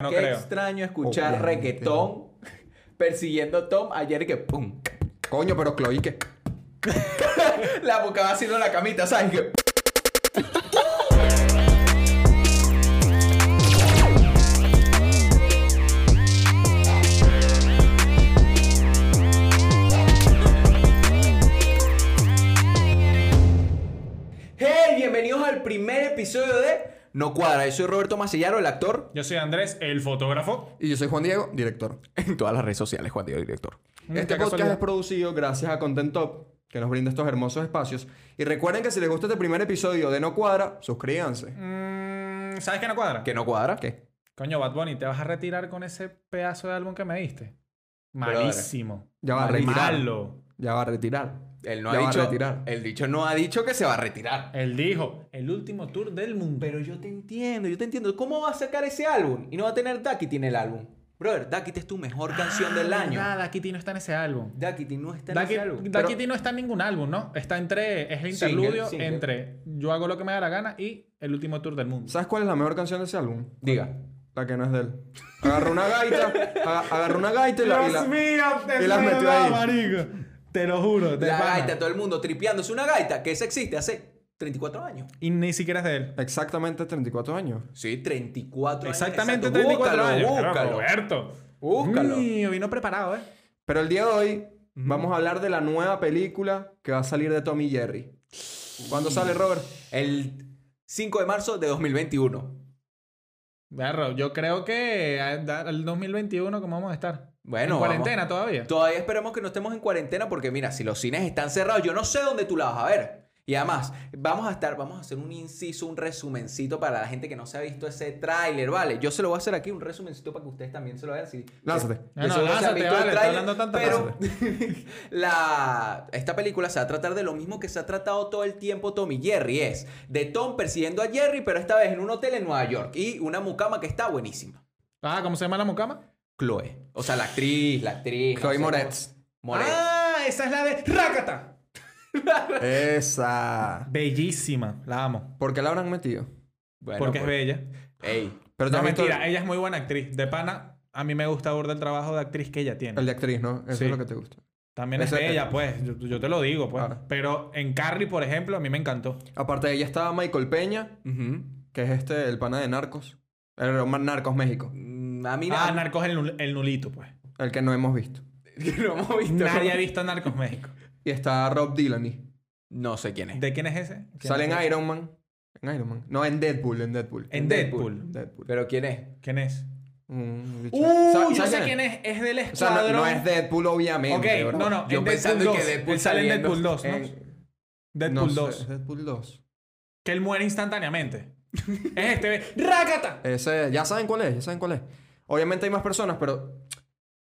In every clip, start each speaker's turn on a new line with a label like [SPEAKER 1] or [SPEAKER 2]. [SPEAKER 1] No
[SPEAKER 2] Qué
[SPEAKER 1] creo.
[SPEAKER 2] extraño escuchar
[SPEAKER 3] Obviamente.
[SPEAKER 2] reggaetón persiguiendo a Tom ayer que pum.
[SPEAKER 3] Coño, pero Chloe, que.
[SPEAKER 2] La buscaba haciendo la camita, ¿sabes? Que... Hey, bienvenidos al primer episodio de No Cuadra. Yo soy Roberto Macellaro, el actor.
[SPEAKER 1] Yo soy Andrés, el fotógrafo.
[SPEAKER 3] Y yo soy Juan Diego, director.
[SPEAKER 2] En todas las redes sociales, Juan Diego, director.
[SPEAKER 1] Mm,
[SPEAKER 3] Este
[SPEAKER 1] qué
[SPEAKER 3] podcast
[SPEAKER 1] casualidad.
[SPEAKER 3] es producido gracias a Content Top, que nos brinda estos hermosos espacios. Y recuerden que si les gusta este primer episodio de No Cuadra, suscríbanse.
[SPEAKER 1] Mm, ¿Sabes qué no cuadra?
[SPEAKER 2] ¿Que no cuadra?
[SPEAKER 3] ¿Qué?
[SPEAKER 1] Coño, Bad Bunny, ¿te vas a retirar con ese pedazo de álbum que me diste?
[SPEAKER 2] Brother.
[SPEAKER 1] Malísimo.
[SPEAKER 3] Ya va a retirar.
[SPEAKER 1] Malo.
[SPEAKER 3] Ya va a retirar.
[SPEAKER 2] Él no
[SPEAKER 3] Ya
[SPEAKER 2] ha
[SPEAKER 3] va a
[SPEAKER 2] dicho.
[SPEAKER 3] retirar.
[SPEAKER 2] El dicho no ha dicho que se va a retirar.
[SPEAKER 1] Él dijo, el último tour del mundo.
[SPEAKER 2] Pero yo te entiendo, yo te entiendo. ¿Cómo va a sacar ese álbum? Y no va a tener Duckity en el álbum. Brother, Duckity es tu mejor
[SPEAKER 1] Ah,
[SPEAKER 2] canción del año.
[SPEAKER 1] Nada, Daquiti no está en ese álbum.
[SPEAKER 2] Duckity no está en ese álbum.
[SPEAKER 1] Daquiti no está en ningún álbum, ¿no? Está entre, es el
[SPEAKER 2] Single,
[SPEAKER 1] interludio
[SPEAKER 2] single.
[SPEAKER 1] entre Yo hago lo que me da la gana y El último tour del mundo.
[SPEAKER 3] ¿Sabes cuál es la mejor canción de ese álbum?
[SPEAKER 2] Diga.
[SPEAKER 3] La que no es de él. Agarró una gaita, aga- agarró una gaita y la. y la-
[SPEAKER 1] mío, te
[SPEAKER 3] y las metió ahí.
[SPEAKER 1] marico. Te lo juro. de
[SPEAKER 2] La
[SPEAKER 1] pana.
[SPEAKER 2] gaita, todo el mundo tripeándose una gaita, que esa existe hace 34 años.
[SPEAKER 1] Y ni siquiera es de él.
[SPEAKER 3] Exactamente 34 años.
[SPEAKER 2] Sí, 34
[SPEAKER 1] Exactamente
[SPEAKER 2] años.
[SPEAKER 1] 34
[SPEAKER 2] búscalo,
[SPEAKER 1] años. Pero,
[SPEAKER 2] Búscalo,
[SPEAKER 1] Roberto.
[SPEAKER 2] búscalo.
[SPEAKER 1] Mío, vino preparado, ¿eh?
[SPEAKER 3] Pero el día de hoy vamos a hablar de la nueva película que va a salir de Tommy Jerry. ¿Cuándo sale, Robert?
[SPEAKER 2] El 5 de marzo de 2021.
[SPEAKER 1] Berro, yo creo que a- da- al 2021 como vamos a estar.
[SPEAKER 2] Bueno,
[SPEAKER 1] En
[SPEAKER 2] vamos.
[SPEAKER 1] cuarentena todavía.
[SPEAKER 2] Todavía esperemos que no estemos en cuarentena porque mira, si los cines están cerrados, yo no sé dónde tú la vas a ver. Y además, vamos a estar, vamos a hacer un inciso, un resumencito para la gente que no se ha visto ese tráiler, ¿vale? Yo se lo voy a hacer aquí, un resumencito para que ustedes también se lo vean. Si,
[SPEAKER 3] Lánzate.
[SPEAKER 1] No, no,
[SPEAKER 2] de seguro se han
[SPEAKER 1] lánzate,
[SPEAKER 2] visto el
[SPEAKER 1] vale, está
[SPEAKER 2] tráiler,
[SPEAKER 1] hablando tanta
[SPEAKER 2] Pero la, esta película se va a tratar de lo mismo que se ha tratado todo el tiempo Tom y Jerry. Es de Tom persiguiendo a Jerry, pero esta vez en un hotel en Nueva York. Y una mucama que está buenísima.
[SPEAKER 1] Ah, ¿cómo se llama la mucama?
[SPEAKER 2] Chloe. O sea, la actriz, la actriz. no
[SPEAKER 3] Chloe
[SPEAKER 2] sé cómo-
[SPEAKER 3] Moretz.
[SPEAKER 2] Moretz.
[SPEAKER 1] Ah, esa es la de Rakata.
[SPEAKER 3] Esa.
[SPEAKER 1] Bellísima, la amo.
[SPEAKER 3] ¿Por qué la habrán metido?
[SPEAKER 2] Bueno,
[SPEAKER 1] porque
[SPEAKER 2] pues,
[SPEAKER 1] es bella.
[SPEAKER 2] ey.
[SPEAKER 3] Pero
[SPEAKER 1] No,
[SPEAKER 3] también
[SPEAKER 1] mentira, ella es muy buena actriz. De pana, a mí me gusta burda el trabajo de actriz que ella tiene.
[SPEAKER 3] El de actriz, ¿no? Eso
[SPEAKER 1] Sí.
[SPEAKER 3] es lo que te gusta.
[SPEAKER 1] También es
[SPEAKER 3] Ese-
[SPEAKER 1] bella, pues. Yo, yo te lo digo, pues.
[SPEAKER 3] Claro.
[SPEAKER 1] Pero en Carrie, por ejemplo, a mí me encantó.
[SPEAKER 3] Aparte de ella estaba Michael Peña,
[SPEAKER 2] Ujú.
[SPEAKER 3] que es este, el pana de Narcos. El de Narcos México.
[SPEAKER 2] Mm, A mí
[SPEAKER 1] Ah,
[SPEAKER 2] na-
[SPEAKER 1] Narcos el, nul- el nulito, pues.
[SPEAKER 3] El que no hemos visto.
[SPEAKER 2] no hemos visto.
[SPEAKER 1] Nadie ha visto Narcos México.
[SPEAKER 3] Y está Rob Delaney.
[SPEAKER 2] No sé quién es.
[SPEAKER 1] ¿De quién es ese?
[SPEAKER 3] Sale en
[SPEAKER 1] ¿Quién es?
[SPEAKER 3] Iron Man. En Iron Man. No, en Deadpool, en Deadpool.
[SPEAKER 1] En
[SPEAKER 2] Deadpool.
[SPEAKER 1] Deadpool.
[SPEAKER 3] Deadpool.
[SPEAKER 2] Pero quién es.
[SPEAKER 1] ¿Quién es?
[SPEAKER 3] Un bicho.
[SPEAKER 1] ¡Uh!
[SPEAKER 3] ¿Sabes-
[SPEAKER 1] Yo
[SPEAKER 3] sabes
[SPEAKER 1] sé quién es. Es del
[SPEAKER 3] O sea, no,
[SPEAKER 1] escuadrón.
[SPEAKER 3] no es Deadpool, obviamente.
[SPEAKER 1] Ok,
[SPEAKER 3] bro.
[SPEAKER 1] no, no.
[SPEAKER 2] Yo
[SPEAKER 1] en
[SPEAKER 2] pensando
[SPEAKER 1] Deadpool
[SPEAKER 2] que
[SPEAKER 1] 2.
[SPEAKER 2] Deadpool
[SPEAKER 1] Él sale en
[SPEAKER 2] saliendo
[SPEAKER 1] Deadpool eh. 2, ¿no?
[SPEAKER 3] En-
[SPEAKER 1] Deadpool
[SPEAKER 3] no sé,
[SPEAKER 1] 2.
[SPEAKER 3] es Deadpool 2.
[SPEAKER 1] Que él muere instantáneamente. es este. ve- ¡Rácata!
[SPEAKER 3] Ese, ya saben cuál es, ya saben cuál es. Obviamente hay más personas, pero.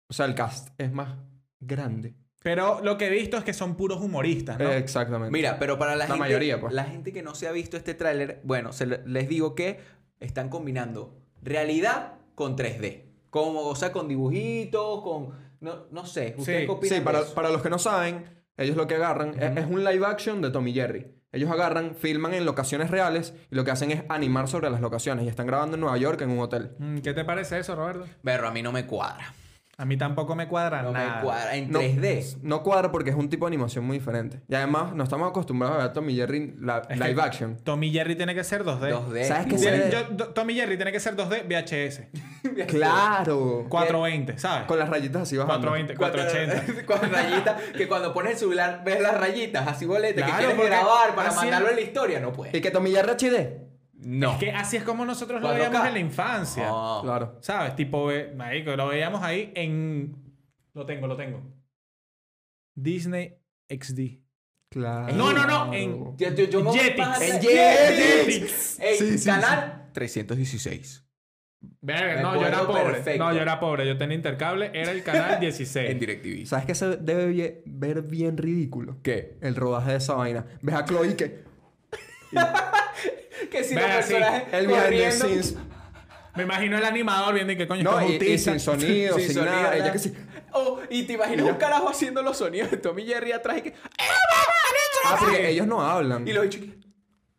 [SPEAKER 3] O sea, el cast es más grande.
[SPEAKER 1] Pero lo que he visto es que son puros humoristas, ¿no?
[SPEAKER 3] Eh, exactamente.
[SPEAKER 2] Mira, pero para la,
[SPEAKER 3] La
[SPEAKER 2] gente.
[SPEAKER 3] mayoría, pues.
[SPEAKER 2] La gente que no se ha visto este tráiler, bueno, se le- les digo que están combinando realidad con 3D. Como, o sea, con dibujitos, con. No, no sé. ¿Ustedes
[SPEAKER 1] Sí,
[SPEAKER 2] qué opinan?
[SPEAKER 3] Sí,
[SPEAKER 2] de
[SPEAKER 3] para,
[SPEAKER 2] eso?
[SPEAKER 3] para los que no saben, ellos lo que agarran es- es, un live action de Tommy Jerry. Ellos agarran, filman en locaciones reales y lo que hacen es animar sobre las locaciones. Y están grabando en Nueva York en un hotel.
[SPEAKER 1] Mm, ¿Qué te parece eso, Roberto?
[SPEAKER 2] Berro, a mí no me cuadra.
[SPEAKER 1] A mí tampoco me cuadra
[SPEAKER 2] No
[SPEAKER 1] nada.
[SPEAKER 2] me cuadra. En
[SPEAKER 3] No,
[SPEAKER 2] 3D.
[SPEAKER 3] No cuadra porque es un tipo de animación muy diferente. Y además, no estamos acostumbrados a ver a Tommy Jerry la-
[SPEAKER 1] Es
[SPEAKER 3] live
[SPEAKER 1] que
[SPEAKER 3] action.
[SPEAKER 1] Tommy Jerry tiene que ser 2D.
[SPEAKER 2] 2D.
[SPEAKER 3] ¿Sabes qué
[SPEAKER 2] muy-
[SPEAKER 3] se
[SPEAKER 1] Tiene-
[SPEAKER 3] ve?
[SPEAKER 1] yo- do- Tommy Jerry tiene que ser 2D VHS.
[SPEAKER 3] ¡Claro!
[SPEAKER 1] 420, ¿sabes?
[SPEAKER 3] Con las rayitas así bajando.
[SPEAKER 1] 420,
[SPEAKER 2] Cuando-
[SPEAKER 1] 480.
[SPEAKER 2] Cuando rayitas, que cuando pones el celular ves las rayitas así boletas
[SPEAKER 1] Claro,
[SPEAKER 2] que quieres
[SPEAKER 1] porque
[SPEAKER 2] grabar para
[SPEAKER 1] así-
[SPEAKER 2] mandarlo en la historia, no puedes.
[SPEAKER 3] Y que Tommy Jerry HD.
[SPEAKER 2] No.
[SPEAKER 1] Que así es como nosotros lo
[SPEAKER 2] 4K.
[SPEAKER 1] veíamos en la infancia.
[SPEAKER 2] No.
[SPEAKER 3] Claro.
[SPEAKER 1] ¿Sabes? Tipo, ve- marico, lo veíamos ahí en... Lo tengo, lo tengo. Disney XD.
[SPEAKER 3] Claro.
[SPEAKER 1] No, no, no, en-
[SPEAKER 2] Yo, yo, yo me voy
[SPEAKER 1] Jetix.
[SPEAKER 2] más allá.
[SPEAKER 3] En
[SPEAKER 1] Jetix.
[SPEAKER 2] Ey,
[SPEAKER 3] Sí, sí,
[SPEAKER 2] canal 316. Me
[SPEAKER 1] Verga, no, yo era
[SPEAKER 2] acuerdo
[SPEAKER 1] pobre.
[SPEAKER 2] perfecto.
[SPEAKER 1] No, yo era pobre. Yo tenía intercable. Era el canal 16.
[SPEAKER 2] En DirecTV.
[SPEAKER 3] ¿Sabes qué se debe vie- ver bien ridículo?
[SPEAKER 2] ¿Qué?
[SPEAKER 3] El rodaje de esa vaina. Ves a Chloe que...
[SPEAKER 2] Que si
[SPEAKER 1] Ve
[SPEAKER 2] los
[SPEAKER 1] así,
[SPEAKER 2] personajes
[SPEAKER 3] El behind the
[SPEAKER 2] corriendo.
[SPEAKER 3] scenes.
[SPEAKER 1] Me imagino el animador viendo y que coño
[SPEAKER 3] No,
[SPEAKER 1] es
[SPEAKER 3] y, y sin sonido, sin,
[SPEAKER 2] sonido,
[SPEAKER 3] nada. Ella
[SPEAKER 2] nada.
[SPEAKER 3] que sí.
[SPEAKER 2] Oh, y te imaginas un carajo haciendo los sonidos de Tommy Jerry atrás y que.
[SPEAKER 3] Ah, porque Ah, ellos no hablan.
[SPEAKER 2] Y los bichos.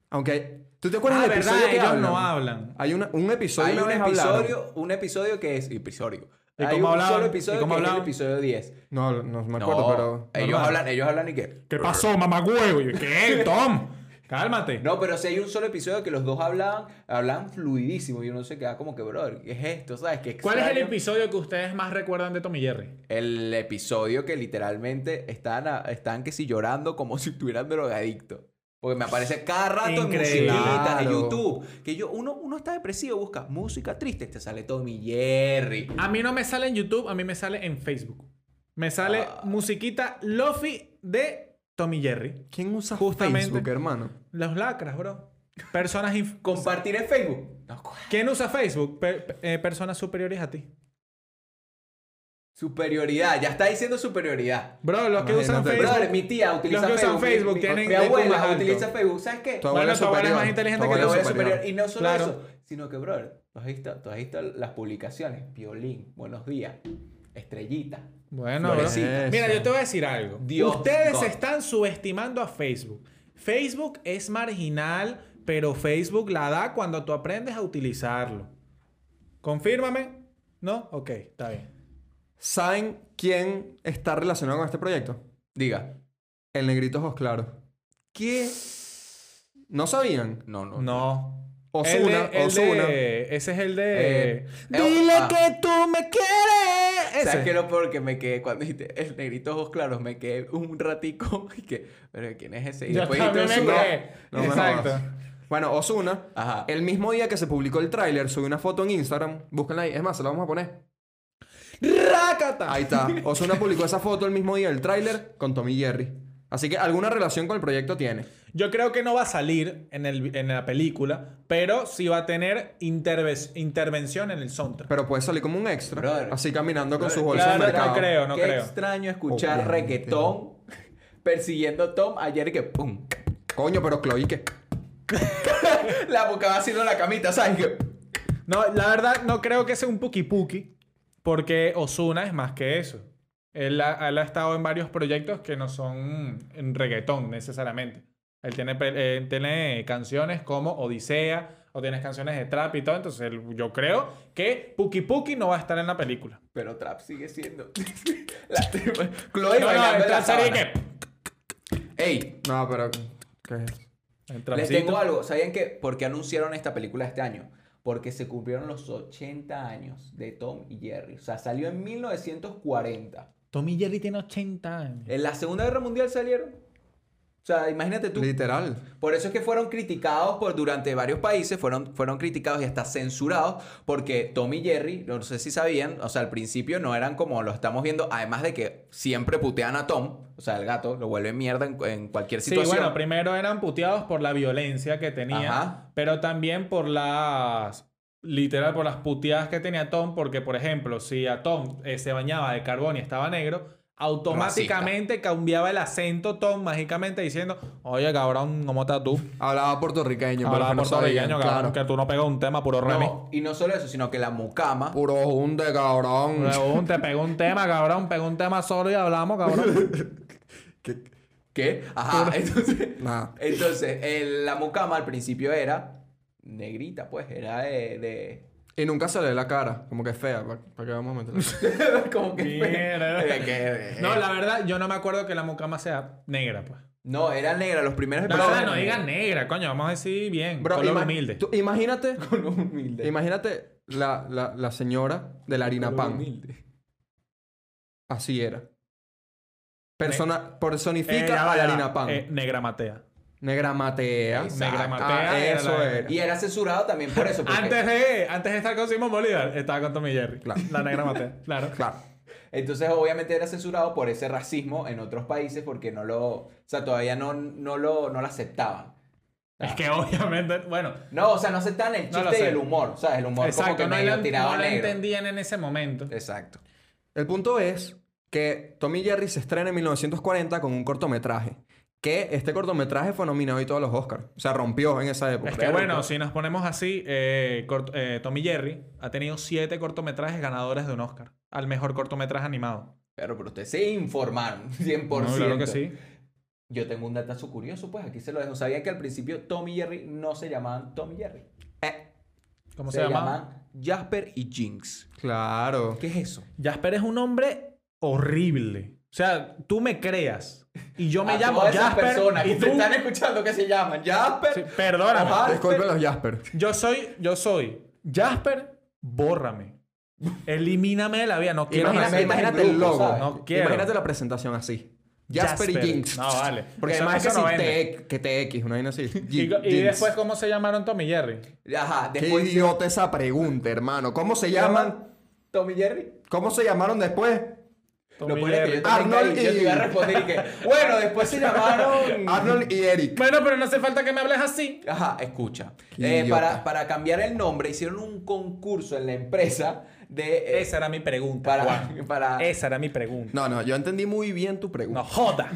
[SPEAKER 3] Aunque ¿Tú te acuerdas
[SPEAKER 1] Ah,
[SPEAKER 3] del
[SPEAKER 1] verdad,
[SPEAKER 3] episodio que
[SPEAKER 1] ellos
[SPEAKER 3] hablan?
[SPEAKER 1] no hablan.
[SPEAKER 3] Hay una- un episodio
[SPEAKER 2] hay
[SPEAKER 3] una
[SPEAKER 2] un
[SPEAKER 3] vez hablaron.
[SPEAKER 2] episodio, un episodio que es episodio.
[SPEAKER 1] ¿Y
[SPEAKER 2] hay
[SPEAKER 1] cómo
[SPEAKER 2] un
[SPEAKER 1] hablaban?
[SPEAKER 2] solo
[SPEAKER 1] ¿Y
[SPEAKER 2] episodio
[SPEAKER 1] cómo
[SPEAKER 2] que es el
[SPEAKER 1] hablaban?
[SPEAKER 2] episodio 10.
[SPEAKER 3] No, no me acuerdo,
[SPEAKER 2] no,
[SPEAKER 3] pero...
[SPEAKER 2] ellos
[SPEAKER 1] normal.
[SPEAKER 2] hablan, ellos hablan y qué.
[SPEAKER 1] ¿Qué pasó, mamagüevo? Y yo, ¿Qué, Tom? Cálmate.
[SPEAKER 2] No, pero si hay un solo episodio que los dos hablaban, hablaban fluidísimo y uno se queda como que, brother, ¿qué es esto? ¿Sabes? Qué
[SPEAKER 1] ¿Cuál es el
[SPEAKER 2] extraño".
[SPEAKER 1] episodio que ustedes más recuerdan de Tom y Jerry?
[SPEAKER 2] El episodio que literalmente están, a- están que si llorando como si estuvieran drogadictos. Porque me aparece cada rato
[SPEAKER 1] Increíble.
[SPEAKER 2] en musiquitas de
[SPEAKER 3] Claro.
[SPEAKER 2] YouTube. Que yo, uno, uno está depresivo, busca música triste, te sale Tommy Jerry.
[SPEAKER 1] A mí no me sale en YouTube, a mí me sale en Facebook. Me sale
[SPEAKER 2] Ah.
[SPEAKER 1] musiquita Lofi de Tom y Jerry.
[SPEAKER 3] ¿Quién usa
[SPEAKER 1] Justamente.
[SPEAKER 3] Facebook, hermano?
[SPEAKER 1] Los lacras, bro. Personas... inf-
[SPEAKER 2] Compartir en Facebook. No, cu-
[SPEAKER 1] ¿Quién usa Facebook? Per- eh, personas superiores a ti.
[SPEAKER 2] superioridad, ya está diciendo superioridad.
[SPEAKER 1] Bro, los que usan
[SPEAKER 3] Imagínate,
[SPEAKER 1] Facebook...
[SPEAKER 2] Brother, mi tía utiliza
[SPEAKER 1] Los que usan
[SPEAKER 2] Facebook. mi-
[SPEAKER 1] Facebook
[SPEAKER 2] mi,
[SPEAKER 1] tienen
[SPEAKER 2] mi
[SPEAKER 1] IQ
[SPEAKER 2] abuela
[SPEAKER 1] más alto.
[SPEAKER 2] utiliza Facebook. ¿Sabes qué?
[SPEAKER 3] Tu
[SPEAKER 1] Bueno,
[SPEAKER 3] abuela
[SPEAKER 1] tu abuela es más inteligente
[SPEAKER 3] tu
[SPEAKER 1] que
[SPEAKER 2] Porque
[SPEAKER 1] Claro,
[SPEAKER 2] la
[SPEAKER 3] abuela
[SPEAKER 2] abuela
[SPEAKER 3] es
[SPEAKER 2] superior. Y no solo
[SPEAKER 1] Claro.
[SPEAKER 2] eso, sino que, brother, tú has visto, tú has visto las publicaciones. Violín, buenos días, estrellita.
[SPEAKER 1] Bueno, bro.
[SPEAKER 2] Florecita.
[SPEAKER 1] mira, yo te voy a decir algo.
[SPEAKER 2] Dios,
[SPEAKER 1] Ustedes
[SPEAKER 2] God.
[SPEAKER 1] están subestimando a Facebook. Facebook es marginal, pero Facebook la da cuando tú aprendes a utilizarlo. Confírmame. ¿No? Ok, está bien.
[SPEAKER 3] ¿Saben quién está relacionado con este proyecto?
[SPEAKER 2] Diga.
[SPEAKER 3] El negrito ojos claros. ¿Qué? ¿No sabían?
[SPEAKER 2] No, no.
[SPEAKER 1] No.
[SPEAKER 3] Ozuna,
[SPEAKER 1] El de- el
[SPEAKER 3] Ozuna.
[SPEAKER 1] de- Ese es el de.
[SPEAKER 2] Eh,
[SPEAKER 1] Dile
[SPEAKER 2] ah.
[SPEAKER 1] que tú me quieres.
[SPEAKER 2] ¿Sabes qué
[SPEAKER 1] Ese.
[SPEAKER 2] es lo peor que me quedé cuando dijiste el negrito ojos claros? Me quedé un ratico y que, pero ¿quién es ese? Y
[SPEAKER 1] Yo
[SPEAKER 2] dijiste
[SPEAKER 1] también me
[SPEAKER 2] Ozuna.
[SPEAKER 1] quedé.
[SPEAKER 3] No me
[SPEAKER 1] Eh, Exacto.
[SPEAKER 3] jodas. Bueno, Osuna,
[SPEAKER 2] Ajá.
[SPEAKER 3] el mismo día que se publicó el tráiler, subió una foto en Instagram. Búsquenla ahí. Es más, se la vamos a poner.
[SPEAKER 1] ¡Rácata!
[SPEAKER 3] Ahí está. Osuna publicó esa foto el mismo día del tráiler con Tommy Jerry. Así que alguna relación con el proyecto tiene.
[SPEAKER 1] Yo creo que no va a salir en, el, en la película, pero sí va a tener interve- intervención en el soundtrack.
[SPEAKER 3] Pero puede salir como un extra.
[SPEAKER 2] Brother.
[SPEAKER 3] así caminando con sus bolsas
[SPEAKER 1] Claro,
[SPEAKER 3] de
[SPEAKER 1] no
[SPEAKER 3] mercado.
[SPEAKER 1] creo, no
[SPEAKER 2] Qué
[SPEAKER 1] creo.
[SPEAKER 2] extraño escuchar
[SPEAKER 3] Obviamente.
[SPEAKER 2] reggaetón persiguiendo a Tom ayer que pum.
[SPEAKER 3] Coño, pero Chloe, ¿qué?
[SPEAKER 2] La boca va haciendo la camita, ¿sabes? Que,
[SPEAKER 1] No, la verdad, no creo que sea un puki puki, porque Osuna es más que eso. Él ha, él ha estado en varios proyectos que no son mm, en reggaetón necesariamente. Él tiene, pe- eh, tiene canciones como Odisea, o tienes canciones de trap y todo, entonces él- yo creo que Puki Puki no va a estar en la película.
[SPEAKER 2] Pero Trap sigue siendo. la... Chloe
[SPEAKER 1] No, no,
[SPEAKER 2] bailando
[SPEAKER 1] el
[SPEAKER 2] en la
[SPEAKER 1] trap sería
[SPEAKER 2] sábana.
[SPEAKER 1] que-
[SPEAKER 2] Ey,
[SPEAKER 3] No, pero... ¿qué?
[SPEAKER 1] el
[SPEAKER 2] les
[SPEAKER 1] trapcito.
[SPEAKER 2] tengo algo. ¿Sabían que por qué anunciaron esta película este año? Porque se cumplieron los 80 años de Tom y Jerry. O sea, salió en 1940.
[SPEAKER 1] Tommy Jerry tiene 80 años.
[SPEAKER 2] En la Segunda Guerra Mundial salieron. O sea, imagínate tú.
[SPEAKER 3] Literal.
[SPEAKER 2] Por eso es que fueron criticados por durante varios países, fueron, fueron criticados y hasta censurados, porque Tom y Jerry, no sé si sabían, o sea, al principio no eran como lo estamos viendo, además de que siempre putean a Tom, o sea, el gato, lo vuelven mierda en, en cualquier
[SPEAKER 1] Sí,
[SPEAKER 2] situación.
[SPEAKER 1] bueno, primero eran puteados por la violencia que tenía,
[SPEAKER 2] Ajá.
[SPEAKER 1] pero también por las. Literal, por las puteadas que tenía Tom, porque, por ejemplo, si a Tom eh, se bañaba de carbón y estaba negro, automáticamente cambiaba el acento Tom mágicamente diciendo: Oye, cabrón, ¿cómo estás tú?
[SPEAKER 3] Hablaba puertorriqueño, pero
[SPEAKER 1] Hablaba
[SPEAKER 3] que no
[SPEAKER 1] puertorriqueño,
[SPEAKER 3] sabían,
[SPEAKER 1] cabrón,
[SPEAKER 3] claro.
[SPEAKER 1] que tú no pegas un tema, puro remix.
[SPEAKER 2] No, y no solo eso, sino que la mucama,
[SPEAKER 3] Puro hunde, cabrón.
[SPEAKER 1] Luego, un- te pegó un tema, cabrón, pegó un tema solo y hablamos, cabrón.
[SPEAKER 2] ¿qué? Ajá, entonces,
[SPEAKER 3] Nada.
[SPEAKER 2] entonces el- la mucama al principio era negrita, pues, era de... de-
[SPEAKER 3] Y nunca se le ve la cara. Como que es fea. ¿Para qué vamos a meterla?
[SPEAKER 2] como que...
[SPEAKER 1] Mierda.
[SPEAKER 2] Era que- eh,
[SPEAKER 1] no, la verdad, yo no me acuerdo que la mucama sea negra, pues.
[SPEAKER 2] No, era negra, los primeros...
[SPEAKER 1] No,
[SPEAKER 2] episodios
[SPEAKER 1] no, no
[SPEAKER 2] eran
[SPEAKER 1] digas
[SPEAKER 2] negros.
[SPEAKER 1] negra, coño, vamos a decir bien.
[SPEAKER 3] Bro,
[SPEAKER 1] color
[SPEAKER 3] ima-
[SPEAKER 1] humilde.
[SPEAKER 3] tú imagínate...
[SPEAKER 2] Con lo humilde.
[SPEAKER 3] Imagínate la, la, la señora de la harina pan. Así era. Persona, personifica
[SPEAKER 1] Eh, ya va,
[SPEAKER 3] a la
[SPEAKER 1] ya va.
[SPEAKER 3] harina pan.
[SPEAKER 1] Eh, negra Matea.
[SPEAKER 3] Negra Matea.
[SPEAKER 2] Exacto.
[SPEAKER 1] Negra Matea.
[SPEAKER 3] Ah,
[SPEAKER 1] era
[SPEAKER 3] eso
[SPEAKER 1] la-
[SPEAKER 3] era.
[SPEAKER 2] Y era censurado también por eso. porque-
[SPEAKER 1] Antes de, antes de estar con Simón Bolívar, estaba con Tommy Jerry.
[SPEAKER 3] Claro.
[SPEAKER 1] La negra Matea. Claro.
[SPEAKER 3] Claro.
[SPEAKER 2] Entonces, obviamente era censurado por ese racismo en otros países porque no lo. O sea, todavía no, no, lo, no lo aceptaban.
[SPEAKER 1] Es que obviamente, bueno.
[SPEAKER 2] No, o sea, no aceptaban el
[SPEAKER 1] No
[SPEAKER 2] chiste
[SPEAKER 1] lo
[SPEAKER 2] y
[SPEAKER 1] sé.
[SPEAKER 2] el humor. ¿Sabes? El humor como
[SPEAKER 1] exacto,
[SPEAKER 2] que
[SPEAKER 1] no
[SPEAKER 2] medio
[SPEAKER 1] la,
[SPEAKER 2] tirado
[SPEAKER 1] no
[SPEAKER 2] a
[SPEAKER 1] la
[SPEAKER 2] negro.
[SPEAKER 1] entendían en ese momento.
[SPEAKER 3] Eh,
[SPEAKER 2] Exacto.
[SPEAKER 3] El punto es que Tommy Jerry se estrena en 1940 con un cortometraje. Que este cortometraje fue nominado y todos los Oscars. O sea, rompió en esa época.
[SPEAKER 1] Es que bueno, si nos ponemos así, eh, cort- eh, Tommy Jerry ha tenido siete cortometrajes ganadores de un Oscar al mejor cortometraje animado.
[SPEAKER 2] Pero, pero ustedes se informaron, 100%.
[SPEAKER 1] No, claro que sí.
[SPEAKER 2] Yo tengo un datazo curioso, pues aquí se lo dejo. Sabía que al principio Tommy y Jerry no se llamaban Tommy y Jerry. Eh,
[SPEAKER 1] ¿Cómo
[SPEAKER 2] se,
[SPEAKER 1] se, llama?
[SPEAKER 2] llamaban Jasper y Jinx.
[SPEAKER 3] Claro.
[SPEAKER 2] ¿Qué es eso?
[SPEAKER 1] Jasper es un hombre horrible. O sea, tú me creas. Y yo me
[SPEAKER 2] A
[SPEAKER 1] llamo
[SPEAKER 2] todas esas
[SPEAKER 1] Jasper.
[SPEAKER 2] personas
[SPEAKER 1] y
[SPEAKER 2] que te
[SPEAKER 1] tú-
[SPEAKER 2] están escuchando que se llaman Jasper.
[SPEAKER 1] Sí, perdóname.
[SPEAKER 2] Ojalá.
[SPEAKER 3] Disculpe los Jasper.
[SPEAKER 1] Yo soy, yo soy Jasper, bórrame. Elimíname de la vida. No quiero
[SPEAKER 2] Imagínate-
[SPEAKER 1] nacer.
[SPEAKER 2] imagínate el logo,
[SPEAKER 1] No quiero.
[SPEAKER 3] Imagínate la presentación así. Jasper, y Jinx.
[SPEAKER 1] No, vale.
[SPEAKER 3] Porque
[SPEAKER 1] Eso-
[SPEAKER 3] además
[SPEAKER 1] eso
[SPEAKER 3] es
[SPEAKER 1] no
[SPEAKER 3] que sin
[SPEAKER 1] vende.
[SPEAKER 3] TX, que TX, una vaina así.
[SPEAKER 1] Y,
[SPEAKER 3] Jin-
[SPEAKER 1] y
[SPEAKER 3] Jinx.
[SPEAKER 1] después, ¿cómo se llamaron Tommy y Jerry?
[SPEAKER 2] Ajá,
[SPEAKER 3] Qué
[SPEAKER 2] después
[SPEAKER 3] idiota esa pregunta, hermano. ¿Cómo se llaman?
[SPEAKER 2] Tommy y Jerry.
[SPEAKER 3] ¿Cómo se llamaron después?
[SPEAKER 1] Tommy
[SPEAKER 2] Lo
[SPEAKER 1] y
[SPEAKER 2] pones que yo
[SPEAKER 1] Jerry.
[SPEAKER 3] te-
[SPEAKER 2] también
[SPEAKER 3] Arnold
[SPEAKER 2] caí, yo te iba a
[SPEAKER 3] y-
[SPEAKER 2] responder y que, bueno, después se llamaron...
[SPEAKER 3] Arnold y Eric.
[SPEAKER 1] Bueno, pero no hace falta que me hables así.
[SPEAKER 2] Ajá, escucha.
[SPEAKER 3] Qué
[SPEAKER 2] Eh,
[SPEAKER 3] idiota.
[SPEAKER 2] para, para cambiar el nombre hicieron un concurso en la empresa de... eh,
[SPEAKER 1] Esa era mi pregunta.
[SPEAKER 2] para,
[SPEAKER 1] Juan.
[SPEAKER 2] para...
[SPEAKER 1] Esa era mi pregunta.
[SPEAKER 3] No, no, yo entendí muy bien tu
[SPEAKER 1] No
[SPEAKER 3] pregunta.
[SPEAKER 1] joda.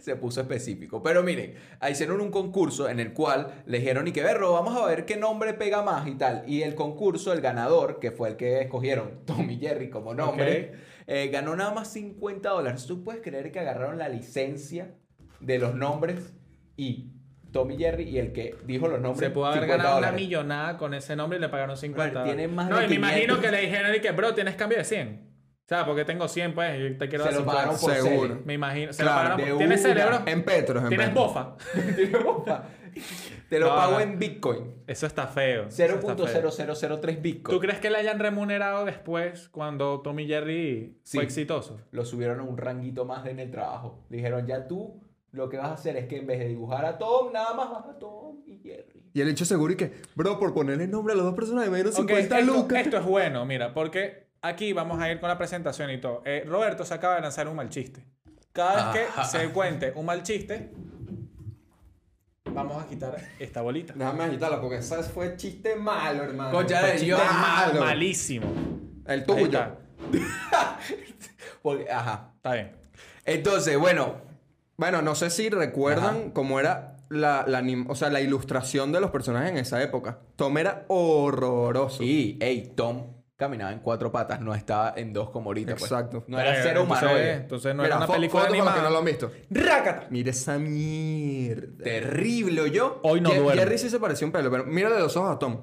[SPEAKER 2] se puso específico. Pero miren, ahí hicieron un concurso en el cual le dijeron y que verlo, vamos a ver qué nombre pega más y tal. Y el concurso, el ganador, que fue el que escogieron Tommy Jerry como nombre, eh, ganó nada más 50 dólares. ¿Tú puedes creer que agarraron la licencia de los nombres y Tommy Jerry y el que dijo los nombres?
[SPEAKER 1] Se pudo haber
[SPEAKER 2] 50
[SPEAKER 1] ganado una
[SPEAKER 2] dólares?
[SPEAKER 1] millonada con ese nombre y le pagaron 50.
[SPEAKER 2] Brother, tiene
[SPEAKER 1] dólares.
[SPEAKER 2] más
[SPEAKER 1] no,
[SPEAKER 2] de
[SPEAKER 1] y me imagino
[SPEAKER 2] 500.
[SPEAKER 1] que le dijeron y que, bro, tienes cambio de 100. O sea, porque tengo 100, pues, y te quiero
[SPEAKER 2] Se
[SPEAKER 1] dar
[SPEAKER 2] lo
[SPEAKER 1] 50.
[SPEAKER 2] pagaron por
[SPEAKER 3] Seguro.
[SPEAKER 2] serie.
[SPEAKER 1] Me imagino. Se
[SPEAKER 3] Claro,
[SPEAKER 1] lo pagaron.
[SPEAKER 2] de
[SPEAKER 1] por- ¿Tienes
[SPEAKER 2] una.
[SPEAKER 1] cerebro?
[SPEAKER 3] En Petros, en
[SPEAKER 1] ¿Tienes
[SPEAKER 3] Petros.
[SPEAKER 1] bofa?
[SPEAKER 2] Tiene bofa. Te lo
[SPEAKER 1] No,
[SPEAKER 2] pago
[SPEAKER 1] no.
[SPEAKER 2] en Bitcoin.
[SPEAKER 1] Eso está feo. eso está feo.
[SPEAKER 2] 0.0003 Bitcoin.
[SPEAKER 1] ¿Tú crees que le hayan remunerado después cuando Tommy Jerry
[SPEAKER 2] Sí.
[SPEAKER 1] fue exitoso?
[SPEAKER 2] lo subieron a un ranguito más en el trabajo. Le dijeron, ya tú lo que vas a hacer es que en vez de dibujar a Tom, nada más vas a Tom y Jerry.
[SPEAKER 3] Y el hecho seguro y que, bro, por ponerle nombre a las dos personas me dieron
[SPEAKER 1] Ok,
[SPEAKER 3] 50
[SPEAKER 1] esto,
[SPEAKER 3] lucas.
[SPEAKER 1] esto es bueno, mira, porque aquí vamos a ir con la presentación y todo. Eh, Roberto se acaba de lanzar un mal chiste. Cada vez
[SPEAKER 3] Ah.
[SPEAKER 1] que se cuente un mal chiste, vamos a quitar esta bolita.
[SPEAKER 3] Déjame agitarla porque esa fue chiste malo, hermano.
[SPEAKER 2] Concha,
[SPEAKER 3] Fue chiste
[SPEAKER 2] yo-
[SPEAKER 3] malo.
[SPEAKER 1] Malísimo.
[SPEAKER 3] El
[SPEAKER 1] Ahí
[SPEAKER 3] tuyo.
[SPEAKER 1] Está.
[SPEAKER 2] Porque, ajá.
[SPEAKER 1] está bien.
[SPEAKER 2] Entonces, bueno,
[SPEAKER 3] Bueno, no sé si recuerdan cómo era la, la anim- o sea, la ilustración de los personajes en esa época. Tom era horroroso.
[SPEAKER 2] y, hey, Tom caminaba en cuatro patas, no estaba en dos como ahorita. pues.
[SPEAKER 3] Exacto.
[SPEAKER 2] No era ser humano.
[SPEAKER 1] Eh, Entonces, entonces no
[SPEAKER 3] Mira,
[SPEAKER 1] era una
[SPEAKER 3] fo-
[SPEAKER 1] película
[SPEAKER 3] foto para los
[SPEAKER 1] animada.
[SPEAKER 3] que no lo han visto.
[SPEAKER 1] ¡Rácata!
[SPEAKER 3] Mira esa mierda.
[SPEAKER 2] Terrible, yo.
[SPEAKER 1] Hoy no
[SPEAKER 3] Ye-
[SPEAKER 1] duermo.
[SPEAKER 3] Jerry sí se pareció un pelo, pero mírale los ojos a Tom.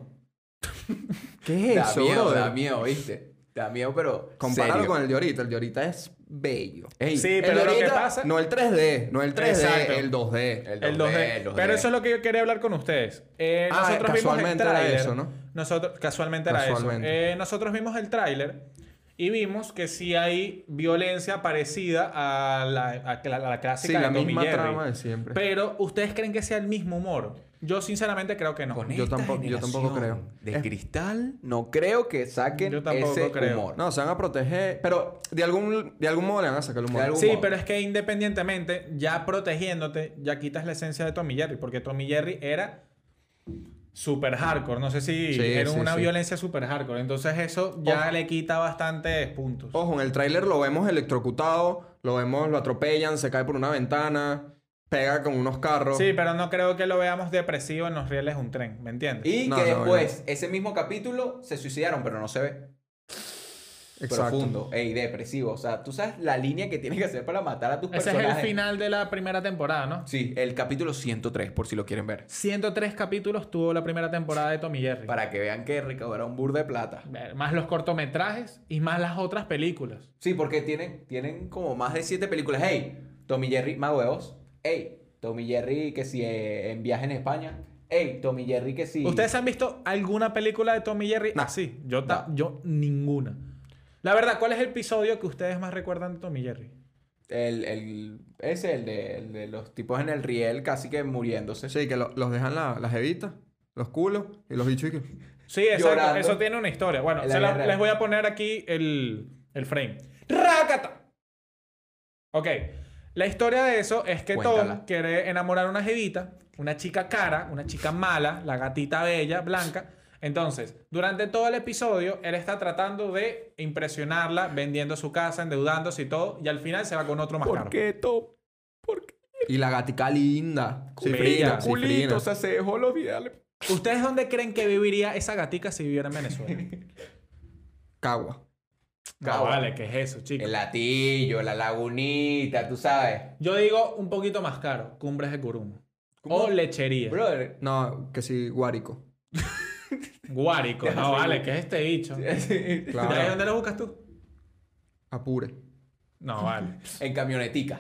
[SPEAKER 3] ¿Qué es
[SPEAKER 2] Da
[SPEAKER 3] eso,
[SPEAKER 2] miedo,
[SPEAKER 3] brother?
[SPEAKER 2] da miedo, ¿viste? Da miedo, pero.
[SPEAKER 3] Compáralo
[SPEAKER 2] serio.
[SPEAKER 3] con el de ahorita. El de ahorita es bello.
[SPEAKER 2] Ey,
[SPEAKER 1] Sí, pero
[SPEAKER 3] el de
[SPEAKER 1] lo que
[SPEAKER 3] ahorita,
[SPEAKER 1] pasa-
[SPEAKER 3] No el 3D, no el 3D,
[SPEAKER 1] Exacto.
[SPEAKER 3] el 2D.
[SPEAKER 2] El 2D,
[SPEAKER 1] El 2D.
[SPEAKER 2] el 2D.
[SPEAKER 1] Pero eso es lo que yo quería hablar con ustedes. Eh,
[SPEAKER 3] Ah,
[SPEAKER 1] nosotros vimos el
[SPEAKER 3] casualmente era
[SPEAKER 1] tráiler.
[SPEAKER 3] eso, ¿no?
[SPEAKER 1] Nosotros, casualmente era
[SPEAKER 3] Casualmente.
[SPEAKER 1] eso. Eh, nosotros vimos el tráiler y vimos que sí hay violencia parecida a la, a la- a la
[SPEAKER 3] Sí,
[SPEAKER 1] clásica de
[SPEAKER 3] la
[SPEAKER 1] Tom y
[SPEAKER 3] misma
[SPEAKER 1] Jerry.
[SPEAKER 3] trama de siempre.
[SPEAKER 1] Pero, ¿ustedes creen que sea el mismo humor? Yo sinceramente creo que no.
[SPEAKER 2] Con
[SPEAKER 3] Yo
[SPEAKER 2] esta
[SPEAKER 3] tampoco- yo tampoco
[SPEAKER 2] generación
[SPEAKER 3] creo.
[SPEAKER 2] De
[SPEAKER 3] Es-
[SPEAKER 2] cristal, no creo que saquen
[SPEAKER 1] Yo tampoco
[SPEAKER 2] ese
[SPEAKER 1] creo.
[SPEAKER 2] humor.
[SPEAKER 3] No, se van a proteger. Pero de algún, de algún modo le van a sacar el humor.
[SPEAKER 2] De algún-
[SPEAKER 1] Sí,
[SPEAKER 2] humor.
[SPEAKER 1] pero es que independientemente, ya protegiéndote, ya quitas la esencia de Tommy Jerry, porque Tommy Jerry era super hardcore, no sé si
[SPEAKER 3] Sí,
[SPEAKER 1] era
[SPEAKER 3] sí,
[SPEAKER 1] una
[SPEAKER 3] sí.
[SPEAKER 1] violencia super hardcore, entonces eso ya
[SPEAKER 3] Ojo.
[SPEAKER 1] le quita bastantes puntos.
[SPEAKER 3] Ojo, en el tráiler lo vemos electrocutado, lo vemos, lo atropellan, se cae por una ventana, pega con unos carros.
[SPEAKER 1] Sí, pero no creo que lo veamos depresivo en los rieles de un tren, ¿me entiendes?
[SPEAKER 2] Y
[SPEAKER 3] No,
[SPEAKER 2] que
[SPEAKER 3] no,
[SPEAKER 2] después, ese mismo capítulo, se suicidaron, pero no se ve.
[SPEAKER 3] Exacto.
[SPEAKER 2] Profundo y depresivo. O sea, tú sabes la línea que tienes que hacer para matar a tus
[SPEAKER 1] Ese es
[SPEAKER 2] personajes.
[SPEAKER 1] el final de la primera temporada, ¿no?
[SPEAKER 2] Sí, el capítulo 103, por si lo quieren ver.
[SPEAKER 1] 103 capítulos tuvo la primera temporada de Tommy Jerry.
[SPEAKER 2] Para que vean que recaudaron burda de plata.
[SPEAKER 1] Ver, Más los cortometrajes y más las otras películas.
[SPEAKER 2] Sí, porque tienen, tienen como más de siete películas. Hey, Tommy Jerry, más huevos. Hey, Tommy Jerry, que si eh, en viaje en España. Hey, Tommy Jerry, que si.
[SPEAKER 1] ¿Ustedes han visto alguna película de Tommy Jerry?
[SPEAKER 3] No.
[SPEAKER 1] Así. Yo, ta- yo ninguna. La verdad, ¿cuál es el episodio que ustedes más recuerdan de Tommy Jerry?
[SPEAKER 2] El, el, ese, el de, el de los tipos en el riel casi que muriéndose.
[SPEAKER 3] Sí, que lo- los dejan la- las evitas, los culos y los bichos. y que-
[SPEAKER 1] Sí, exacto.
[SPEAKER 2] Llorando.
[SPEAKER 1] Eso tiene una historia. Bueno,
[SPEAKER 2] En la
[SPEAKER 1] se la-
[SPEAKER 2] vida real.
[SPEAKER 1] les voy a poner aquí el, el frame. ¡Rácata! Ok. La historia de eso es que
[SPEAKER 2] Cuéntala.
[SPEAKER 1] Tom quiere enamorar a una jevita, una chica cara, una chica mala, la gatita bella, blanca. Entonces, durante todo el episodio, él está tratando de impresionarla, vendiendo su casa, endeudándose y todo, y al final se va con otro más caro.
[SPEAKER 2] qué, Tom? ¿Por qué?
[SPEAKER 3] Y la gatica linda.
[SPEAKER 1] Bella.
[SPEAKER 3] Cifrina, cifrina.
[SPEAKER 2] sea, se dejó los videos.
[SPEAKER 1] ¿Ustedes dónde creen que viviría esa gatica si viviera en Venezuela?
[SPEAKER 3] Cagua.
[SPEAKER 1] No,
[SPEAKER 2] Cabo.
[SPEAKER 1] vale, ¿qué es eso, chicos?
[SPEAKER 2] El latillo, la lagunita, tú sabes.
[SPEAKER 1] Yo digo un poquito más caro, Cumbres de Curumo. O lechería.
[SPEAKER 2] Brother.
[SPEAKER 3] No, que sí, Guárico.
[SPEAKER 1] Guárico. No, vale, ¿qué es este bicho? ¿De ahí
[SPEAKER 3] Claro.
[SPEAKER 1] dónde lo buscas tú?
[SPEAKER 3] Apure.
[SPEAKER 1] No, vale.
[SPEAKER 2] en camionetica.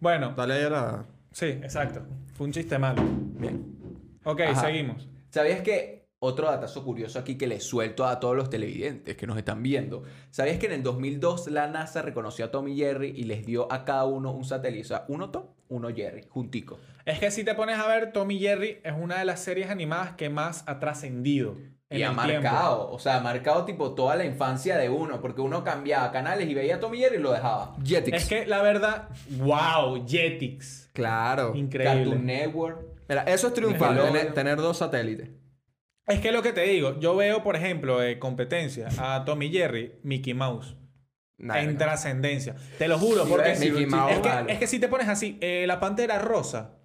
[SPEAKER 1] Bueno,
[SPEAKER 3] Dale ahí a la.
[SPEAKER 1] sí, exacto. Fue un chiste malo.
[SPEAKER 3] Bien.
[SPEAKER 1] Ok,
[SPEAKER 2] Ajá.
[SPEAKER 1] seguimos.
[SPEAKER 2] ¿Sabías que otro datazo curioso aquí que le suelto a todos los televidentes que nos están viendo? ¿Sabías que en el 2002 la NASA reconoció a Tom y Jerry y les dio a cada uno un satélite? O sea, uno Tom, uno Jerry, juntico.
[SPEAKER 1] Es que si te pones a ver, Tommy Jerry es una de las series animadas que más ha trascendido. en
[SPEAKER 2] y ha
[SPEAKER 1] el tiempo.
[SPEAKER 2] marcado, o sea, ha marcado tipo toda la infancia de uno, porque uno cambiaba canales y veía a Tom y Jerry y lo dejaba.
[SPEAKER 3] Jetix.
[SPEAKER 1] Es que la verdad, wow, Jetix.
[SPEAKER 3] Claro.
[SPEAKER 2] Cartoon
[SPEAKER 1] Increíble.
[SPEAKER 2] Network.
[SPEAKER 3] Mira, eso es triunfal,
[SPEAKER 2] Nickelodeon.
[SPEAKER 3] tener, tener dos satélites.
[SPEAKER 1] Es que lo que te digo, yo veo, por ejemplo, de competencia a Tommy Jerry, Mickey Mouse.
[SPEAKER 3] Nah,
[SPEAKER 1] en
[SPEAKER 3] no.
[SPEAKER 1] trascendencia. Te lo juro,
[SPEAKER 2] Sí,
[SPEAKER 1] porque
[SPEAKER 2] ves,
[SPEAKER 1] si-
[SPEAKER 3] Mickey
[SPEAKER 1] es,
[SPEAKER 3] Mouse,
[SPEAKER 1] que,
[SPEAKER 2] malo.
[SPEAKER 1] es que si te pones así, eh, la pantera rosa,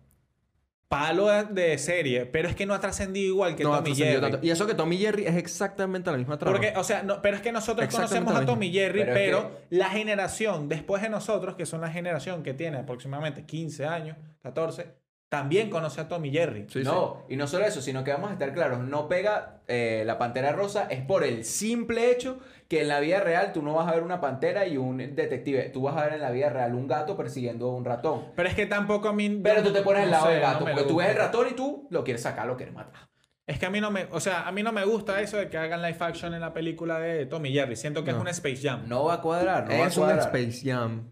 [SPEAKER 1] palo de serie, pero es que no ha trascendido igual que
[SPEAKER 3] No ha
[SPEAKER 1] Tommy
[SPEAKER 3] trascendido
[SPEAKER 1] Jerry.
[SPEAKER 3] tanto. Y eso que Tommy Jerry es exactamente la misma trama.
[SPEAKER 1] Porque, o sea, no- pero es que nosotros
[SPEAKER 3] Exactamente
[SPEAKER 1] conocemos a
[SPEAKER 3] lo mismo.
[SPEAKER 1] Tommy Jerry, pero,
[SPEAKER 2] Pero es
[SPEAKER 1] la generación después de nosotros, que son la generación que tiene aproximadamente 15 años, 14, también conoce a Tommy Jerry.
[SPEAKER 3] Sí,
[SPEAKER 2] no, y no solo eso, sino que vamos a estar claros, no pega eh, la pantera rosa, es por el simple hecho que en la vida real tú no vas a ver una pantera y un detective, tú vas a ver en la vida real un gato persiguiendo a un ratón.
[SPEAKER 1] Pero es que tampoco a mí...
[SPEAKER 2] Pero tú te pones al
[SPEAKER 1] no
[SPEAKER 2] lado
[SPEAKER 1] sé,
[SPEAKER 2] del
[SPEAKER 1] no
[SPEAKER 2] gato,
[SPEAKER 1] me
[SPEAKER 2] porque tú
[SPEAKER 1] gusta.
[SPEAKER 2] ves el ratón y tú lo quieres sacar, lo quieres matar.
[SPEAKER 1] Es que a mí no me... O sea, a mí no me gusta eso de que hagan live action en la película de Tommy Jerry. Siento que es
[SPEAKER 3] No.
[SPEAKER 1] una Space Jam.
[SPEAKER 2] No va a cuadrar, no
[SPEAKER 3] es
[SPEAKER 2] va
[SPEAKER 3] un
[SPEAKER 2] a cuadrar.
[SPEAKER 3] Space Jam.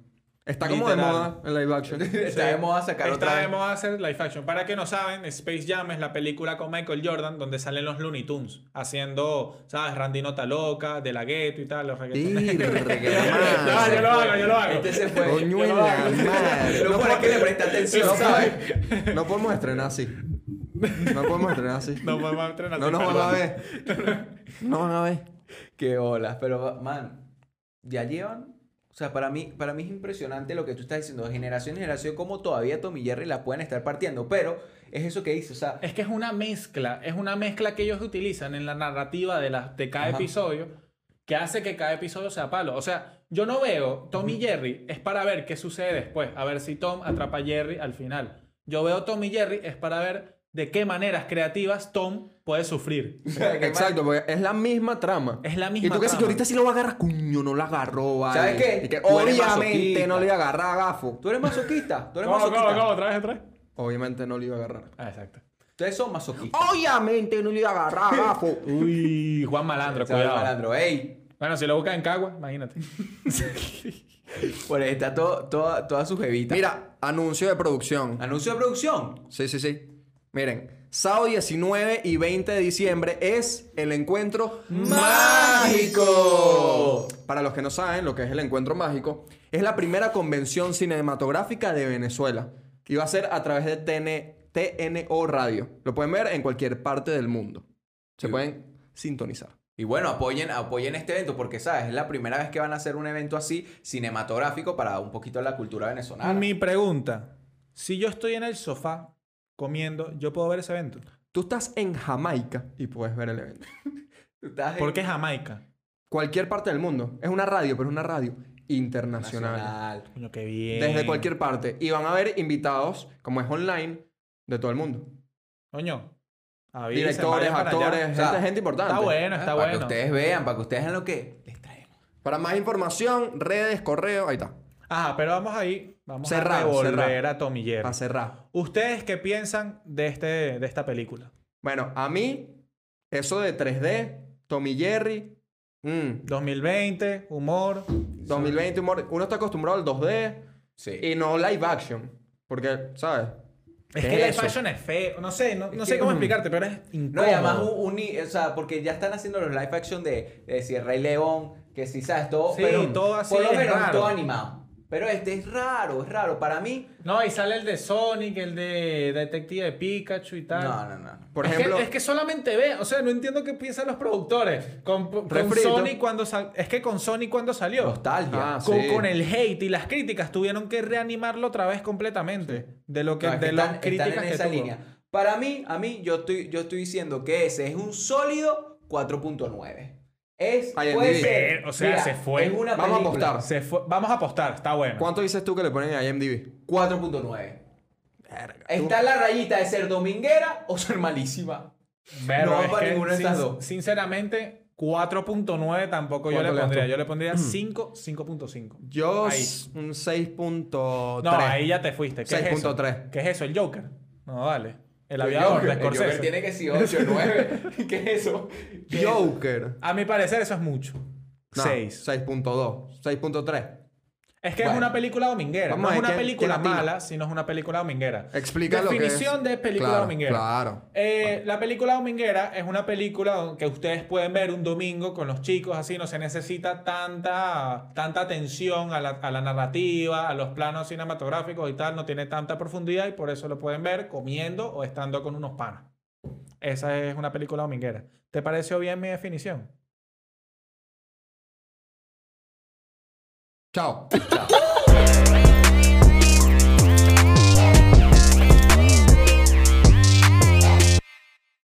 [SPEAKER 3] Está como de
[SPEAKER 1] Literal.
[SPEAKER 3] moda el live action.
[SPEAKER 2] Está de moda sacar
[SPEAKER 1] Está
[SPEAKER 2] otra
[SPEAKER 1] de
[SPEAKER 2] vez.
[SPEAKER 1] moda hacer live action. Para que no saben, Space Jam es la película con Michael Jordan donde salen los Looney Tunes haciendo, ¿sabes? Randy Nota Loca, De La Ghetto y tal, los reggaetones.
[SPEAKER 3] Irre, que
[SPEAKER 1] No, yo
[SPEAKER 3] madre.
[SPEAKER 1] lo hago, yo lo hago.
[SPEAKER 2] Este se fue.
[SPEAKER 3] Coño
[SPEAKER 1] Yo
[SPEAKER 3] en
[SPEAKER 1] lo
[SPEAKER 3] la
[SPEAKER 1] hago.
[SPEAKER 3] madre.
[SPEAKER 2] Lo bueno es que le presté
[SPEAKER 3] No,
[SPEAKER 2] atención, ¿sabes?
[SPEAKER 3] podemos- no podemos estrenar así. No podemos estrenar así.
[SPEAKER 1] No podemos entrenar.
[SPEAKER 3] No nos van a ver. No van a ver.
[SPEAKER 2] Qué olas, pero man, ya llevan, o sea, para mí, para mí es impresionante lo que tú estás diciendo, de generación en generación, como todavía Tom y Jerry la pueden estar partiendo, pero es eso que dice, o sea,
[SPEAKER 1] Es que es una mezcla, es una mezcla que ellos utilizan en la narrativa de, las de cada
[SPEAKER 2] Ajá.
[SPEAKER 1] episodio que hace que cada episodio sea palo. O sea, yo no veo Tom y Jerry es para ver qué sucede después, a ver si Tom atrapa a Jerry al final. Yo veo Tom y Jerry es para ver de qué maneras creativas Tom puede sufrir.
[SPEAKER 3] Exacto, porque es la misma trama.
[SPEAKER 1] Es la misma
[SPEAKER 3] Y tú que si que
[SPEAKER 1] trama.
[SPEAKER 3] ahorita sí lo va a agarrar, cuño, no lo agarró, vale.
[SPEAKER 2] ¿Sabes qué?
[SPEAKER 3] Y que
[SPEAKER 2] Tú eres
[SPEAKER 3] obviamente
[SPEAKER 2] masoquista.
[SPEAKER 3] no le iba a agarrar a Gafo.
[SPEAKER 2] tú eres masoquista, tú eres
[SPEAKER 1] ¿Cómo, cómo,
[SPEAKER 2] masoquista.
[SPEAKER 1] cómo? ¿Otra vez, otra vez?
[SPEAKER 3] Obviamente no le iba a agarrar.
[SPEAKER 1] Ah, exacto.
[SPEAKER 2] Ustedes son masoquistas.
[SPEAKER 3] Obviamente no le iba a agarrar a Gafo.
[SPEAKER 1] Uy, Juan Malandro,
[SPEAKER 2] ¿sabes,
[SPEAKER 1] cuidado.
[SPEAKER 2] malandro? Ey,
[SPEAKER 1] Bueno, si lo buscan en Cagua, imagínate.
[SPEAKER 2] por ahí está todo, toda, toda su jevita.
[SPEAKER 3] Mira, anuncio de producción.
[SPEAKER 2] Anuncio de producción.
[SPEAKER 3] Sí, sí, sí. Miren, sábado 19 y 20 de diciembre es el encuentro mágico. Para los que no saben lo que es el encuentro mágico, es la primera convención cinematográfica de Venezuela. Y va a ser a través de TN TNO Radio. Lo pueden ver en cualquier parte del mundo. Se pueden sintonizar.
[SPEAKER 2] Y bueno, apoyen, apoyen este evento porque, ¿sabes? Es la primera vez que van a hacer un evento así cinematográfico para un poquito la cultura venezolana.
[SPEAKER 1] Mi pregunta, si yo estoy en el sofá comiendo, ¿yo puedo ver ese evento?
[SPEAKER 3] Tú estás en Jamaica y puedes ver el evento.
[SPEAKER 2] Estás en-
[SPEAKER 1] ¿Por qué Jamaica?
[SPEAKER 3] Cualquier parte del mundo. Es una radio, pero es una radio internacional.
[SPEAKER 2] Nacional.
[SPEAKER 1] Coño, qué bien.
[SPEAKER 3] desde cualquier parte. Y van a haber invitados, como es online, de todo el mundo.
[SPEAKER 1] Coño. avisen,
[SPEAKER 3] Directores,
[SPEAKER 1] vayan para allá.
[SPEAKER 3] actores, gente,
[SPEAKER 2] O sea,
[SPEAKER 3] gente importante.
[SPEAKER 1] Está bueno, está
[SPEAKER 2] Ah, para que
[SPEAKER 1] bueno.
[SPEAKER 2] ustedes vean, para que ustedes vean lo que les traemos.
[SPEAKER 3] Para más información, redes, correo, ahí está.
[SPEAKER 1] Ajá, pero vamos ahí. Vamos a
[SPEAKER 3] Cerrar,
[SPEAKER 1] revolver
[SPEAKER 3] cerrar.
[SPEAKER 1] a Tommy Jerry.
[SPEAKER 3] Para cerrar.
[SPEAKER 1] ¿Ustedes qué piensan de, este, de esta película?
[SPEAKER 3] Bueno, a mí, eso de 3D, Tommy Jerry, mm,
[SPEAKER 1] 2020, humor.
[SPEAKER 3] 2020, humor, uno está acostumbrado al 2D
[SPEAKER 2] Sí.
[SPEAKER 3] y no live action. Porque, ¿sabes? ¿Qué
[SPEAKER 1] Es que
[SPEAKER 3] es
[SPEAKER 1] la
[SPEAKER 3] eso?
[SPEAKER 1] fashion es feo. No sé, no, no
[SPEAKER 2] Es
[SPEAKER 1] sé
[SPEAKER 2] que-
[SPEAKER 1] cómo explicarte, pero es incómodo.
[SPEAKER 2] No, y además un, un ni- o sea, porque ya están haciendo los live action de, de si el Rey León, que si sabes todo,
[SPEAKER 1] Sí,
[SPEAKER 2] pero
[SPEAKER 1] todo así
[SPEAKER 2] por lo
[SPEAKER 1] es
[SPEAKER 2] menos
[SPEAKER 1] raro.
[SPEAKER 2] todo animado. Pero este es raro, es raro. Para mí,
[SPEAKER 1] No, y sale el de Sonic, el de Detective Pikachu y tal.
[SPEAKER 2] no, no, no.
[SPEAKER 3] Por
[SPEAKER 1] es
[SPEAKER 3] ejemplo,
[SPEAKER 1] que, es que solamente ve, o sea, no entiendo qué piensan los productores. Con, con
[SPEAKER 3] Refrito.
[SPEAKER 1] Sony cuando sal- es que con Sony cuando salió.
[SPEAKER 2] Nostalgia.
[SPEAKER 3] Ah,
[SPEAKER 1] con,
[SPEAKER 3] sí.
[SPEAKER 1] con el hate y las críticas tuvieron que reanimarlo otra vez completamente de lo que
[SPEAKER 2] No, es que
[SPEAKER 1] de
[SPEAKER 2] están,
[SPEAKER 1] las
[SPEAKER 2] están
[SPEAKER 1] críticas
[SPEAKER 2] en esa
[SPEAKER 1] que tuvo.
[SPEAKER 2] línea. Para mí, a mí, yo estoy, yo estoy diciendo que ese es un sólido 4.9. Es,
[SPEAKER 3] IMDb.
[SPEAKER 2] puede ser.
[SPEAKER 1] Pero, o sea, se fue.
[SPEAKER 2] Es una
[SPEAKER 3] Vamos a
[SPEAKER 2] película.
[SPEAKER 3] apostar.
[SPEAKER 1] Se fue- Vamos a apostar, está bueno.
[SPEAKER 3] ¿Cuánto dices tú que le ponen a IMDb?
[SPEAKER 2] 4.9. Está la rayita de ser dominguera o ser malísima.
[SPEAKER 1] Pero
[SPEAKER 2] No va
[SPEAKER 1] es
[SPEAKER 2] para
[SPEAKER 1] que,
[SPEAKER 2] ninguna de
[SPEAKER 1] sin-
[SPEAKER 2] estas dos.
[SPEAKER 1] Sinceramente, 4.9 tampoco yo
[SPEAKER 3] ¿Cuánto
[SPEAKER 1] le
[SPEAKER 3] le das
[SPEAKER 1] pondría.
[SPEAKER 3] tú?
[SPEAKER 1] Yo le pondría 5, 5.5.
[SPEAKER 3] Yo
[SPEAKER 1] Ahí.
[SPEAKER 3] s- un 6.3.
[SPEAKER 1] No, ahí ya te fuiste. ¿Qué es eso?
[SPEAKER 3] 6.3.
[SPEAKER 1] ¿Qué es eso? ¿El Joker? No, vale. El
[SPEAKER 2] El
[SPEAKER 1] aviador
[SPEAKER 2] Joker,
[SPEAKER 1] de
[SPEAKER 2] el
[SPEAKER 1] Scorsese.
[SPEAKER 2] Joker tiene que ser 8, 9. ¿Qué es eso? ¿Qué
[SPEAKER 1] eh,
[SPEAKER 2] es eso?
[SPEAKER 3] Joker.
[SPEAKER 1] A mi parecer eso es mucho.
[SPEAKER 3] No,
[SPEAKER 1] 6.
[SPEAKER 3] 6.2. 6.3.
[SPEAKER 1] Es que es
[SPEAKER 2] Bueno.
[SPEAKER 1] una película dominguera.
[SPEAKER 3] Vamos
[SPEAKER 1] no
[SPEAKER 3] a
[SPEAKER 1] es
[SPEAKER 3] ver
[SPEAKER 1] una
[SPEAKER 3] quién-
[SPEAKER 1] película
[SPEAKER 3] quién atina.
[SPEAKER 1] mala, sino es una película dominguera.
[SPEAKER 3] Explica lo que
[SPEAKER 1] Definición
[SPEAKER 3] es.
[SPEAKER 1] de película
[SPEAKER 3] Claro,
[SPEAKER 1] dominguera.
[SPEAKER 3] claro.
[SPEAKER 1] Eh, La película dominguera es una película que ustedes pueden ver un domingo con los chicos, así no se necesita tanta, tanta atención a la, a la narrativa, a los planos cinematográficos y tal, no tiene tanta profundidad y por eso lo pueden ver comiendo o estando con unos panas. Esa es una película dominguera. ¿Te pareció bien mi definición?
[SPEAKER 3] Chao.